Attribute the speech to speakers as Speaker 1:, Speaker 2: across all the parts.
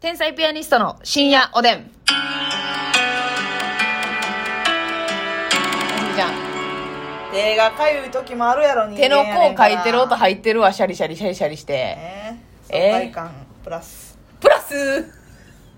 Speaker 1: 天才ピアニストの深夜おでん。じゃん。
Speaker 2: 手がかゆい時もあるやろに
Speaker 1: 手の甲書いてる音入ってるわ、シャリシャリシャリシャリして。
Speaker 2: ね
Speaker 1: え
Speaker 2: え快感プラス
Speaker 1: プラス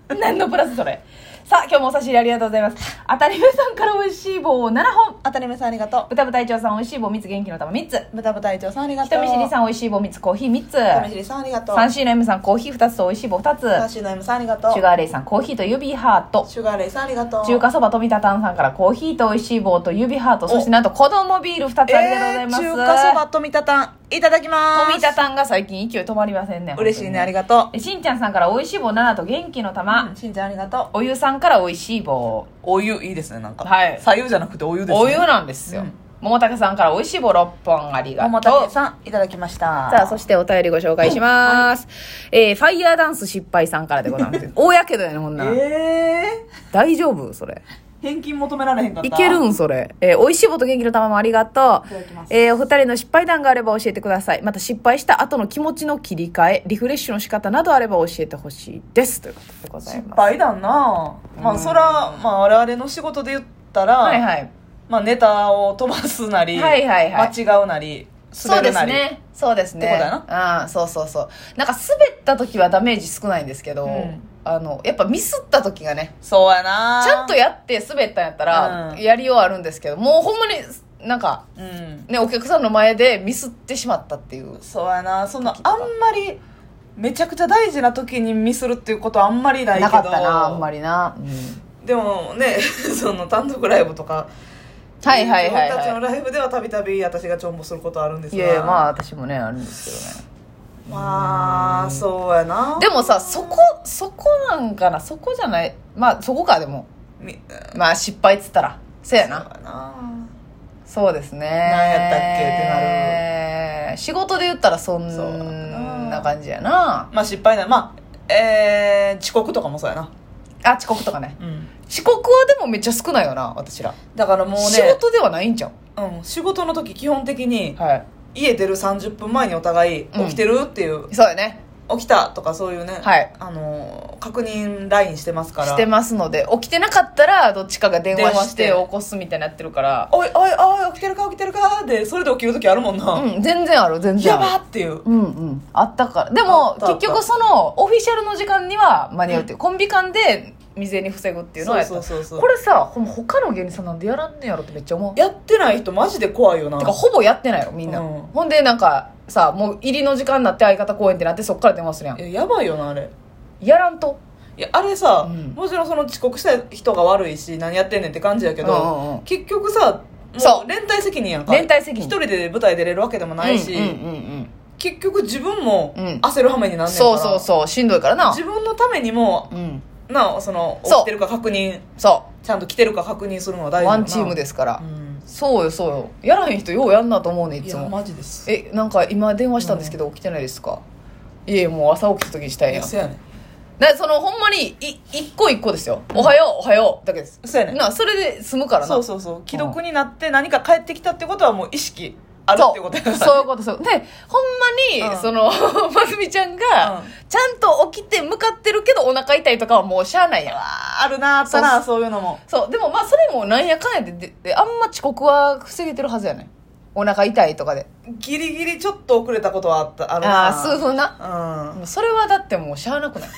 Speaker 1: 何のプラスそれ。さあ、今日もお差し入れありがとうございます。当たり目さんから美味しい棒を7本。
Speaker 2: 当たり目さんありがと
Speaker 1: 豚部隊長さん美味しい棒3つ元気の玉3つ。
Speaker 2: う豚部隊長さんありがと
Speaker 1: 人
Speaker 2: う
Speaker 1: 見知りさん美味しい棒3つ、コーヒー3つ。
Speaker 2: 人見知りさんありがとう
Speaker 1: 3C の M さんコーヒー2つと美味しい棒2つ。
Speaker 2: サンシーの M さんありがとう
Speaker 1: シュガーレイさんコーヒーと指ハート
Speaker 2: シュガーレイさんありがとう
Speaker 1: 中華そば富田丹さんからコーヒーと美味しい棒と指ハートそしてなんと子供ビール2つありがとうございます、
Speaker 2: えー中華そば富田たんいただきます
Speaker 1: 富田丹が最近勢い止まりませんね
Speaker 2: 嬉しいねあり
Speaker 1: が
Speaker 2: がと
Speaker 1: とうしんちゃんさんから美味しい棒7と元気の玉、
Speaker 2: うしんちゃんありがとう
Speaker 1: お湯さんから美味しい棒
Speaker 2: お湯いいですねなんか
Speaker 1: はい
Speaker 2: 左右じゃなくてお湯ですね
Speaker 1: お湯なんですよ、
Speaker 2: うん
Speaker 1: 桃竹さんから美味しい棒6本ありが
Speaker 2: 桃
Speaker 1: とう
Speaker 2: 竹さんいただきました
Speaker 1: さあ、そしてお便りご紹介します。えー、ファイヤーダンス失敗さんからでござい ます。大やけどやね、ほんなら
Speaker 2: えー
Speaker 1: 大丈夫それ。
Speaker 2: 返金求められへんかった
Speaker 1: いけるんそれ。えー、美味しい棒と元気の玉もありがと
Speaker 2: いただき
Speaker 1: う
Speaker 2: ま。す
Speaker 1: えー、お二人の失敗談があれば教えてください。また失敗した後の気持ちの切り替え、リフレッシュの仕方などあれば教えてほしいです。ということでござい
Speaker 2: 失
Speaker 1: ます。
Speaker 2: 敗だなまあそらまあ我々の仕事で言ったら、
Speaker 1: はいはい。
Speaker 2: まあ、ネタを飛ばすなり、
Speaker 1: はいはいはい
Speaker 2: 間違うなり
Speaker 1: そう
Speaker 2: 滑
Speaker 1: で
Speaker 2: るな
Speaker 1: す
Speaker 2: り
Speaker 1: ね。そうですね。
Speaker 2: ってこと
Speaker 1: な。うん、そうそうそう。なんか滑った時はダメージ少ないんですけど、
Speaker 2: うん
Speaker 1: あの、やっぱミスった時がね、
Speaker 2: そうやな
Speaker 1: ちゃんとやって滑ったんやったら、
Speaker 2: うん
Speaker 1: やりようあるんですけど、もうほんまに、なんか、
Speaker 2: うん
Speaker 1: ね、お客さんの前でミスってしまったっていう。
Speaker 2: そうやなそのあんまりめちゃくちゃ大事な時にミスるっていうことはあんまりないけど
Speaker 1: なかったな、あんまりな。うん
Speaker 2: でもね その単独ライブとか
Speaker 1: はいはいはい、
Speaker 2: 自分たちの
Speaker 1: は
Speaker 2: ライブではたびたび私が重宝することあるんで
Speaker 1: い。
Speaker 2: す
Speaker 1: い
Speaker 2: が
Speaker 1: やいや、まあ私もね、あるんですけどね。
Speaker 2: まあそうやな
Speaker 1: でもさ、そこ、そこなんかな、そこじゃない。まあそこか、でも。
Speaker 2: みうんそう
Speaker 1: まあ失敗っつったら。せや
Speaker 2: や
Speaker 1: な。
Speaker 2: な
Speaker 1: そうですね。
Speaker 2: なんやったっけ
Speaker 1: ってなる。仕事で言ったらそん
Speaker 2: そうや
Speaker 1: な
Speaker 2: な
Speaker 1: 感じやな。
Speaker 2: まあ失敗ないまあえー、遅刻とかもそうやな
Speaker 1: あ、遅刻とかね。
Speaker 2: うん
Speaker 1: 遅刻はでもめっちゃ少ないよな、私ら。
Speaker 2: だからもうね
Speaker 1: 仕事ではないんじゃん。
Speaker 2: うん、仕事の時基本的に
Speaker 1: はい。
Speaker 2: 家出る30分前にお互い
Speaker 1: うん
Speaker 2: 起きてるっていう、
Speaker 1: そうやね。
Speaker 2: 起きたとかそういうね、
Speaker 1: はい
Speaker 2: あのー確認 LINE してますから
Speaker 1: してますので、起きてなかったらどっちかが電
Speaker 2: 電話
Speaker 1: 話し
Speaker 2: して
Speaker 1: て起こすみたいになってるから。
Speaker 2: おいおいおい起きてるか起きてるかでそれで起きる時あるもんな、
Speaker 1: うん、全然ある、全然あ
Speaker 2: や
Speaker 1: る。
Speaker 2: ばっていう
Speaker 1: うんうんあったからで
Speaker 2: あ
Speaker 1: も
Speaker 2: ったあった
Speaker 1: 結局そのオフィシャルの時間には間に合うっていう、コンビ間で未然に防ぐっていうのはやった
Speaker 2: そうそうそうそう
Speaker 1: これさほんま他の芸人さんなんでやらんねやろってめっちゃ思う
Speaker 2: やってない人マジで怖いよな
Speaker 1: てかほぼやってないよみんな、
Speaker 2: うん
Speaker 1: ほんでなんかさもう入りの時間になって相方公演ってなってそっから電話するや
Speaker 2: い
Speaker 1: ん
Speaker 2: ややばいよなあれ
Speaker 1: やらんと
Speaker 2: いやあれさ、
Speaker 1: うん
Speaker 2: もちろんその遅刻した人が悪いし何やってんねんって感じやけど、
Speaker 1: うんうんうん
Speaker 2: 結局さもう
Speaker 1: そう
Speaker 2: 連帯責任やんか
Speaker 1: 連帯責任
Speaker 2: 一人で舞台出れるわけでもないし、
Speaker 1: うんうんうん
Speaker 2: 結局自分も
Speaker 1: うん
Speaker 2: 焦る羽目になん
Speaker 1: うん
Speaker 2: ねんか
Speaker 1: そ
Speaker 2: ら、
Speaker 1: うそうそうしんどいからな
Speaker 2: 自分のためにも
Speaker 1: うん
Speaker 2: なあその起
Speaker 1: そう
Speaker 2: きてるか確認
Speaker 1: そ
Speaker 2: ちゃんと来てるか確認するのは大
Speaker 1: う
Speaker 2: 事だ
Speaker 1: ワ
Speaker 2: な
Speaker 1: ンチームですから、
Speaker 2: うん
Speaker 1: そうよそうよやらへん人ようやんなと思うねい
Speaker 2: い
Speaker 1: つ
Speaker 2: や
Speaker 1: も
Speaker 2: マジです
Speaker 1: えなんか今電話したんですけど起きてないですかいえもう朝起きた時にしたい
Speaker 2: い
Speaker 1: やん
Speaker 2: やそうやねん
Speaker 1: だそのほんまにい一個一個ですよおはようおはようだけです
Speaker 2: そうやねん
Speaker 1: なそれで済むからな
Speaker 2: そうそうそう既読になって何か帰ってきたってことはもう意識あるってことやから
Speaker 1: そうそういうことそうでほんまに、
Speaker 2: うん
Speaker 1: その ますみちゃんが、
Speaker 2: うん
Speaker 1: ちゃんと起きて向かってるけどお腹痛いとかはもうしゃあないやん
Speaker 2: ああるなあったなそういうのも
Speaker 1: そうでもまあそれもなんやかんやででであんま遅刻は防げてるはずやねお腹痛いとかで
Speaker 2: ギリギリちょっと遅れたことはあったあるな
Speaker 1: ああ数分な
Speaker 2: うん
Speaker 1: それはだってもうしゃあなくない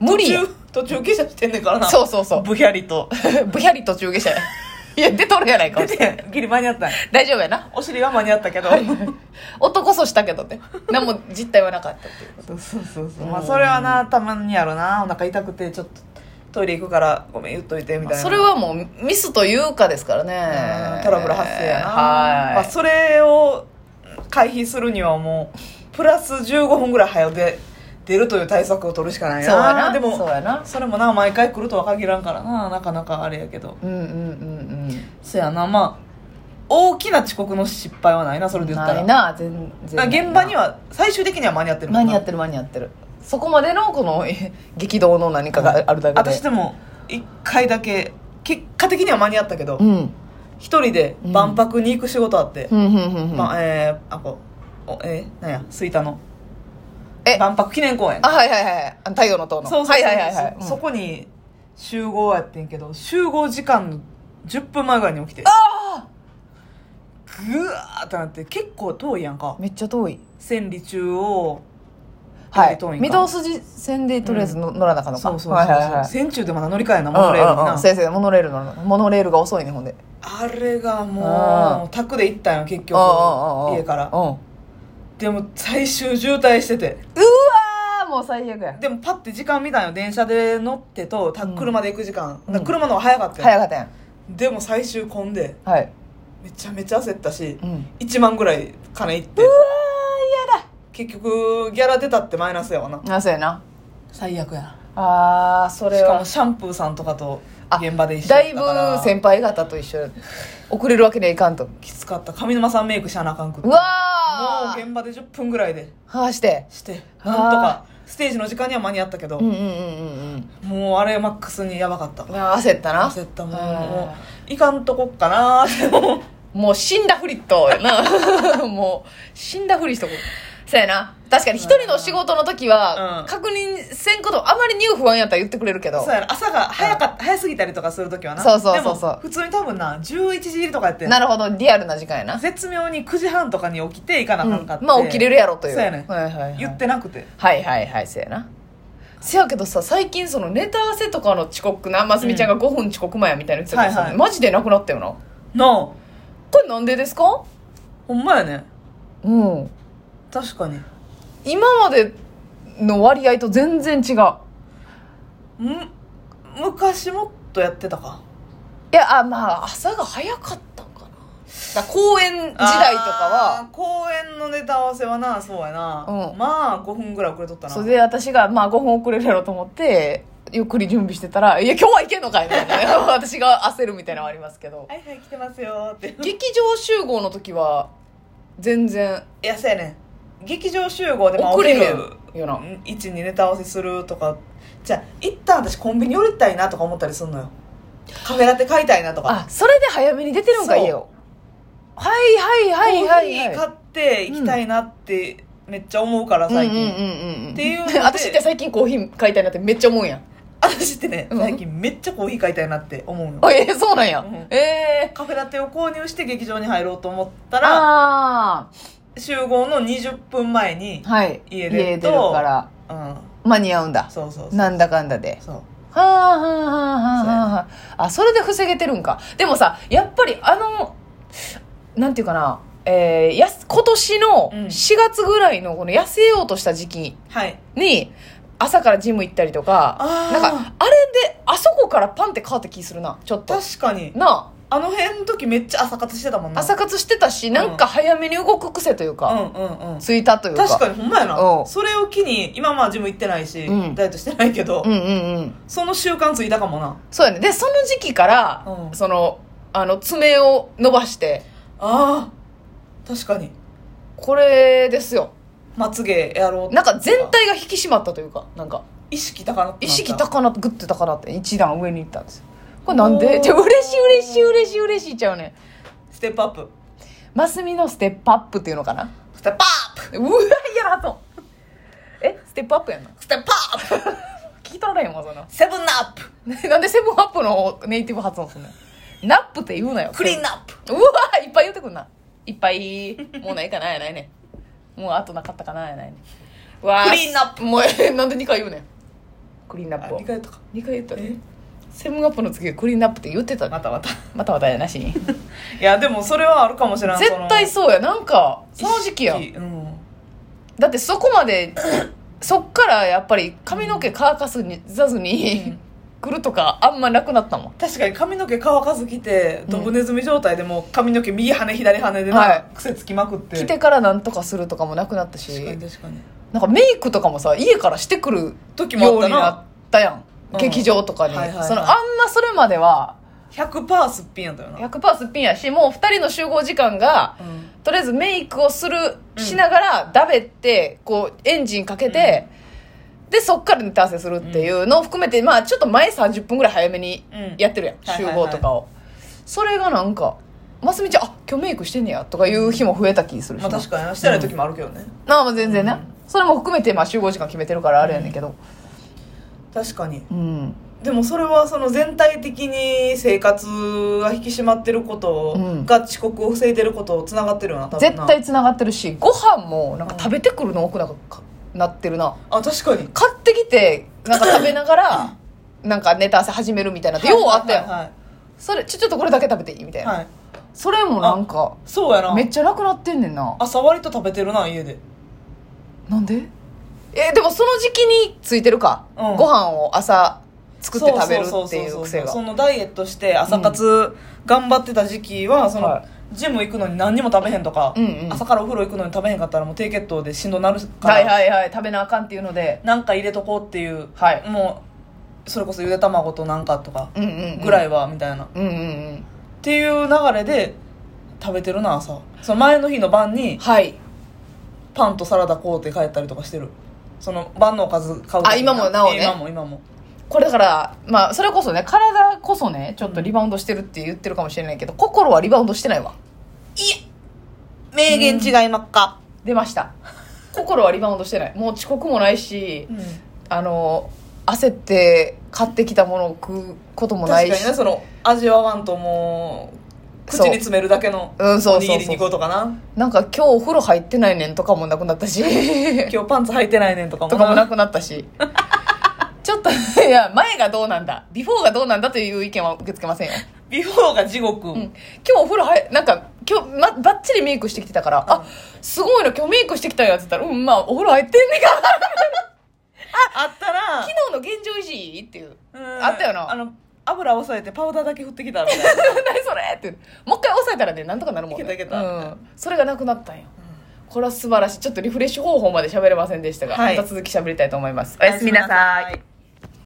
Speaker 1: 無理やん
Speaker 2: 途中途中下車してんねんからな
Speaker 1: そうそうそう
Speaker 2: ブヒャリ と
Speaker 1: ぶやり途中下車やいや出とるや ないか
Speaker 2: ギリ間に合ったんや
Speaker 1: 大丈夫やな
Speaker 2: お尻は間に合ったけど
Speaker 1: 音こそしたけどね何も実態はなかったっていう
Speaker 2: そうそうそうそう、ま
Speaker 1: う
Speaker 2: あ、
Speaker 1: ん
Speaker 2: それはなたまにやろなお腹痛くてちょっとトイレ行くからごめん言っといてみたいな
Speaker 1: それはもうミスというかですから
Speaker 2: うん
Speaker 1: ね
Speaker 2: トラブル発生やな、
Speaker 1: はい、
Speaker 2: まあ、それを回避するにはもうプラス15分ぐらい早で出るという対策を取るしかないな
Speaker 1: そうやな
Speaker 2: でも
Speaker 1: そうやな
Speaker 2: それもな毎回来るとは限らんからななかなかあれやけど
Speaker 1: うんうんうんうん
Speaker 2: そやなまあ大きな遅刻の失敗はないなそれで言った
Speaker 1: ない
Speaker 2: ら
Speaker 1: な全
Speaker 2: な
Speaker 1: 然
Speaker 2: 現場に
Speaker 1: は
Speaker 2: は最終的には間に合ってるも
Speaker 1: 間
Speaker 2: んな
Speaker 1: に合ってる間に合ってるそこまでのこの え激動の何かがあるだけで
Speaker 2: 私でも1回だけ結果的には間に合ったけど
Speaker 1: うん
Speaker 2: 一人で万博に行く仕事あって、
Speaker 1: ふんふんふんふん
Speaker 2: まあえー、あこおえー、なんや吹田の
Speaker 1: え
Speaker 2: 万博記念公園
Speaker 1: あ、はいはいはい。あの太陽の塔の。
Speaker 2: そうそうそう
Speaker 1: はいはいはいはい。
Speaker 2: そそこに集合やってんけど集合時間の10分前ぐらいに起きて
Speaker 1: あ
Speaker 2: ぐわーってなって結構遠いやんか
Speaker 1: あめっちゃ遠い。
Speaker 2: 千里中央
Speaker 1: は
Speaker 2: 遠
Speaker 1: い。
Speaker 2: いん
Speaker 1: 御
Speaker 2: か
Speaker 1: 堂筋線でとりあえずの乗らなあかんのか。
Speaker 2: そうそうそう
Speaker 1: はい
Speaker 2: そ
Speaker 1: は
Speaker 2: う
Speaker 1: いはい。
Speaker 2: 千中でまだ乗り換えなモノレールに
Speaker 1: うんうんうん
Speaker 2: な
Speaker 1: 先生、モノレール乗るの。モノレールが遅いね、ほんで。
Speaker 2: あれが
Speaker 1: あ
Speaker 2: もう宅で行ったんよ結局
Speaker 1: うんうんうんうん
Speaker 2: 家から
Speaker 1: うん。うわ
Speaker 2: でも最終渋滞してて
Speaker 1: ーもう最悪や。
Speaker 2: でもパッて時間見たんよ電車で乗ってとた
Speaker 1: うん
Speaker 2: 車で行く時間、
Speaker 1: うん
Speaker 2: だから車の方が早かったよ、
Speaker 1: 早かったやん。
Speaker 2: でも最終混んで
Speaker 1: はい。
Speaker 2: めちゃめちゃ焦ったし
Speaker 1: うん。うわ
Speaker 2: 1万ぐらい金いって
Speaker 1: ー、嫌だ。
Speaker 2: 結局ギャラ出たってマイナスやわな
Speaker 1: あ、そうやな。
Speaker 2: 最悪や
Speaker 1: あー、そ
Speaker 2: な
Speaker 1: れ
Speaker 2: しか
Speaker 1: は
Speaker 2: も。シャンプーさんとかと
Speaker 1: あ
Speaker 2: 現場で一緒
Speaker 1: だ
Speaker 2: や
Speaker 1: い
Speaker 2: っ
Speaker 1: ぶ
Speaker 2: たから
Speaker 1: 先輩方と一緒遅れるわけにはいかんと
Speaker 2: きつかった上沼さんメイクしゃなあかんくって
Speaker 1: う
Speaker 2: もう
Speaker 1: わあ
Speaker 2: 現場で10分ぐらいで
Speaker 1: はあして
Speaker 2: して
Speaker 1: あー
Speaker 2: なんとかステージの時間には間に合ったけど、
Speaker 1: うんうんうん
Speaker 2: もうあれマックスにやばかった
Speaker 1: うんあー焦ったな
Speaker 2: 焦ったもん
Speaker 1: あー
Speaker 2: もういかんとこっかな ーって
Speaker 1: もう死んだふりっとやな もう死んだふりしとこうそうやな確かに一人の仕事の時は
Speaker 2: うん
Speaker 1: 確認せんことあまりに不安やったら言ってくれるけど
Speaker 2: そうやな朝が早かった早すぎたりとかするときはな
Speaker 1: そうそうそうそう
Speaker 2: でも普通に多分な11時入りとかやってん
Speaker 1: なるほどリアルな時間やな
Speaker 2: 絶妙に9時半とかに起きて行かなあかんかって、
Speaker 1: うんまあ起きれるやろという
Speaker 2: そうやねん
Speaker 1: はいはいはい
Speaker 2: 言ってなくて
Speaker 1: はいはいはいそうやなせやけどさ最近そのネタ合わせとかの遅刻なますみちゃんが5分遅刻前やみたいな言ってたけどさ、
Speaker 2: はいはい
Speaker 1: マジでなくなったよな
Speaker 2: なあ
Speaker 1: これなんでですか
Speaker 2: ほんまやね
Speaker 1: うん
Speaker 2: 確かに
Speaker 1: 今までの割合と全然違うい
Speaker 2: む昔もっとやってたか
Speaker 1: やあまあ朝が早かったんかなだから公演時代とかは
Speaker 2: あー公演のネタ合わせはなそうやな、
Speaker 1: うん
Speaker 2: まあ5分ぐらい遅れとったな
Speaker 1: それで私がまあ5分遅れるやろうと思ってゆっくり準備してたら「いや今日はいけんのかい」みたいな 私が焦るみたいなのはありますけど
Speaker 2: はいはい来てますよーって
Speaker 1: 劇場集合の時は全然
Speaker 2: いやそうやねん劇場集合でまあ
Speaker 1: 遅れる
Speaker 2: お昼
Speaker 1: よな
Speaker 2: うん一にネタ合わせするとかじゃあ一旦私コンビニ寄りたいなとか思ったりするのよカフェラテ買いたいなとか
Speaker 1: あそれで早めに出てるんか
Speaker 2: そう
Speaker 1: 家をはいはいはいはい
Speaker 2: コーヒー
Speaker 1: はい
Speaker 2: 買って行きたいなってめっちゃ思うから最近、
Speaker 1: うんうんうんうん、
Speaker 2: っていうので
Speaker 1: 私って最近コーヒー買いたいなってめっちゃ思うんやん
Speaker 2: 私ってね
Speaker 1: うん
Speaker 2: 最近めっちゃコーヒー買いたいなって思うの、
Speaker 1: あえーそうなんや、
Speaker 2: うん
Speaker 1: ええ
Speaker 2: カフェラテを購入して劇場に入ろうと思ったら
Speaker 1: あ
Speaker 2: 集合の20分前に
Speaker 1: あ、はい
Speaker 2: 家出ると
Speaker 1: 出るから
Speaker 2: うん
Speaker 1: 間に合うんだ
Speaker 2: そうそうそう
Speaker 1: なんだかんだで
Speaker 2: そう
Speaker 1: はあはあはあはあはああそれで防げてるんかでもさやっぱりあのなんていうかなえー、やす今年の
Speaker 2: うん
Speaker 1: 4月ぐらいのこの痩せようとした時期
Speaker 2: はい
Speaker 1: に朝からジム行ったりとか
Speaker 2: あー
Speaker 1: なんかあれであそこからパンって変わった気するなちょっと
Speaker 2: 確かに
Speaker 1: な
Speaker 2: あの辺の時めっちゃ朝活してたもん
Speaker 1: あ
Speaker 2: な
Speaker 1: 朝活してたしなんか早めに動く癖という
Speaker 2: うん
Speaker 1: か、
Speaker 2: うんうん
Speaker 1: ついたというか
Speaker 2: 確かにほんまや
Speaker 1: う
Speaker 2: なんそれを機に今まあジム行ってないし、
Speaker 1: うん
Speaker 2: ダイエットしてないけど、
Speaker 1: うんうんうん
Speaker 2: その習慣ついたかもな
Speaker 1: そうやねでその時期から、
Speaker 2: うん
Speaker 1: そのあの爪を伸ばして
Speaker 2: あー確かに
Speaker 1: これですよ
Speaker 2: まつげやろう
Speaker 1: なんか全体が引き締まったというかなんか
Speaker 2: 意識高なって
Speaker 1: 意識高なグッと高なって一段上に行ったんですよこれなん
Speaker 2: お
Speaker 1: で
Speaker 2: ー
Speaker 1: じゃ嬉しい嬉しい嬉しい嬉しいちゃうね
Speaker 2: ステップアップ
Speaker 1: マスミのステップアップっていうのかな
Speaker 2: ステップアップ
Speaker 1: うわ嫌だとえステップアップやんな
Speaker 2: ステップアップ
Speaker 1: 聞いたらへんわそんな
Speaker 2: セブンアッ プ
Speaker 1: なんでセブンアップのネイティブ発音すんのナップって言うなよ
Speaker 2: クリーンアップ
Speaker 1: うわいっぱい言ってくんないっぱいもうないかなやないねもうあとなかったかなやないねうわ
Speaker 2: クリーンナッ
Speaker 1: プもうえなんで2回言うねんクリーンナ
Speaker 2: あ
Speaker 1: ップを
Speaker 2: 2回とか
Speaker 1: 2回言ったね
Speaker 2: え
Speaker 1: セブンアップの次はクリーンナップって言ってた
Speaker 2: またまたい
Speaker 1: またまたやなしに
Speaker 2: やでもそれはあるかもしれない
Speaker 1: 絶対そうやなんかその時期や
Speaker 2: うん
Speaker 1: だってそこまでそっからやっぱり髪の毛乾かすにざず
Speaker 2: う
Speaker 1: に
Speaker 2: ん
Speaker 1: 来るとかあんまなくなったもん
Speaker 2: 確かに髪の毛乾かずきてドブネズミ状態でもう髪の毛右羽左羽でな、
Speaker 1: はい
Speaker 2: 癖つきまくって
Speaker 1: 来てからなんとかするとかもなくなった
Speaker 2: 確か
Speaker 1: し
Speaker 2: に確かに
Speaker 1: なんかメイクとかもさ家からしてくる
Speaker 2: 時も
Speaker 1: よ
Speaker 2: あ
Speaker 1: う
Speaker 2: った
Speaker 1: にな
Speaker 2: な
Speaker 1: ったやん、
Speaker 2: うん
Speaker 1: 劇場とかに、
Speaker 2: はいはいはい
Speaker 1: そのあんまそれまでは
Speaker 2: 100%すっぴんやったよな、
Speaker 1: 100%すっぴんやしもう2人の集合時間が
Speaker 2: うん
Speaker 1: とりあえずメイクをする
Speaker 2: うん
Speaker 1: しながらだべってこうエンジンかけて、でそっからネタ合わせするっていうのを含めて、まあちょっと前30分ぐらい早めに
Speaker 2: うん
Speaker 1: やってるやん、
Speaker 2: はいはい
Speaker 1: 集
Speaker 2: はい
Speaker 1: 合とかを、それがなんかますみちゃんあ今日メイクしてんねやとかいう日も増えた気するし
Speaker 2: ま
Speaker 1: な、
Speaker 2: あ確かにしてない時もあるけどね、
Speaker 1: なあまあ全然ね、
Speaker 2: うん
Speaker 1: それも含めてまあ集合時間決めてるからあれやねんけど
Speaker 2: 確かに
Speaker 1: うん
Speaker 2: でもそれはその全体的に生活が引き締まってること
Speaker 1: うん
Speaker 2: が遅刻を防いでることをつながってるよな多分
Speaker 1: 絶
Speaker 2: な
Speaker 1: 対つながってるしご飯もなんか食べてくるの多くなんかかなってるな
Speaker 2: あ確かに
Speaker 1: 買ってきてなんか食べなが らなんかネタ合わせ始めるみたいなってようあったよ、
Speaker 2: は
Speaker 1: それちょちょっとこれだけ食べていいみた
Speaker 2: いはい
Speaker 1: な、
Speaker 2: いはい
Speaker 1: それもなんか
Speaker 2: そうやな
Speaker 1: めっちゃなくなってんねんな
Speaker 2: 朝割と食べてるな家で
Speaker 1: なんでえでもその時期についてるか、
Speaker 2: うん
Speaker 1: ご飯を朝作って食べる
Speaker 2: そ
Speaker 1: ってい
Speaker 2: そうそ
Speaker 1: 癖が
Speaker 2: そのダイエットして朝活頑張ってた時期はその、
Speaker 1: はい
Speaker 2: ジム行くのに何にも食べへんとか、
Speaker 1: うんうん
Speaker 2: 朝からお風呂行くのに食べへんかったらもう低血糖でしんどなるから、
Speaker 1: はいはいはい食べなあかんっていうので
Speaker 2: なんか入れとこうっていう、
Speaker 1: はい
Speaker 2: もうそれこそゆで卵となんかとか
Speaker 1: うんうん、うん、
Speaker 2: ぐら
Speaker 1: い
Speaker 2: いはみたいな、っ
Speaker 1: うんうんうん
Speaker 2: ていう流れで食べてるな朝その前の日の晩に
Speaker 1: はい
Speaker 2: パンとサラダ買うて帰ったりとかしてるその晩のおかず買う時
Speaker 1: あ今もなおね
Speaker 2: 今も今も
Speaker 1: これだからまあそれこそね体こそねちょっとリバウンドしてるって言ってるかもしれないけど心はリバウンドしてないわ
Speaker 2: 名言違いまっか、
Speaker 1: 出ました心はリバウンドしてないもう遅刻もないし、
Speaker 2: うん
Speaker 1: あの焦って買ってきたものを食うこともないし
Speaker 2: 確かにねその味わわんともう口
Speaker 1: そう
Speaker 2: に詰めるだけの
Speaker 1: うんそうそう
Speaker 2: おに
Speaker 1: そう
Speaker 2: ぎり2個とかな
Speaker 1: なんか今日お風呂入ってないねんとかもなくなった し
Speaker 2: 今日パンツ履いてないねんとかも
Speaker 1: とかもなくなったしちょっといや前がどうなんだビフォーがどうなんだという意見は受け付けませんよ、
Speaker 2: ビフォーが地獄、
Speaker 1: うん、今日お風呂入なんか今日、ま、ばっちりメイクしてきてたから、あすごいな今日メイクしてきたよって言ったらうんまあお風呂入ってんねんから
Speaker 2: あったら
Speaker 1: 昨日の現状維持っていう
Speaker 2: うん
Speaker 1: あったよな
Speaker 2: あの油を抑えてパウダーだけ振ってきたみたい な
Speaker 1: 何それってもう一回押さえたらねなんとかなるもんね
Speaker 2: いけたいけた
Speaker 1: うん、それがなくなったんよ、これは素晴らしいちょっとリフレッシュ方法まで喋れませんでしたが、
Speaker 2: はい
Speaker 1: また続き喋りたいと思いますおやすみなさい
Speaker 2: い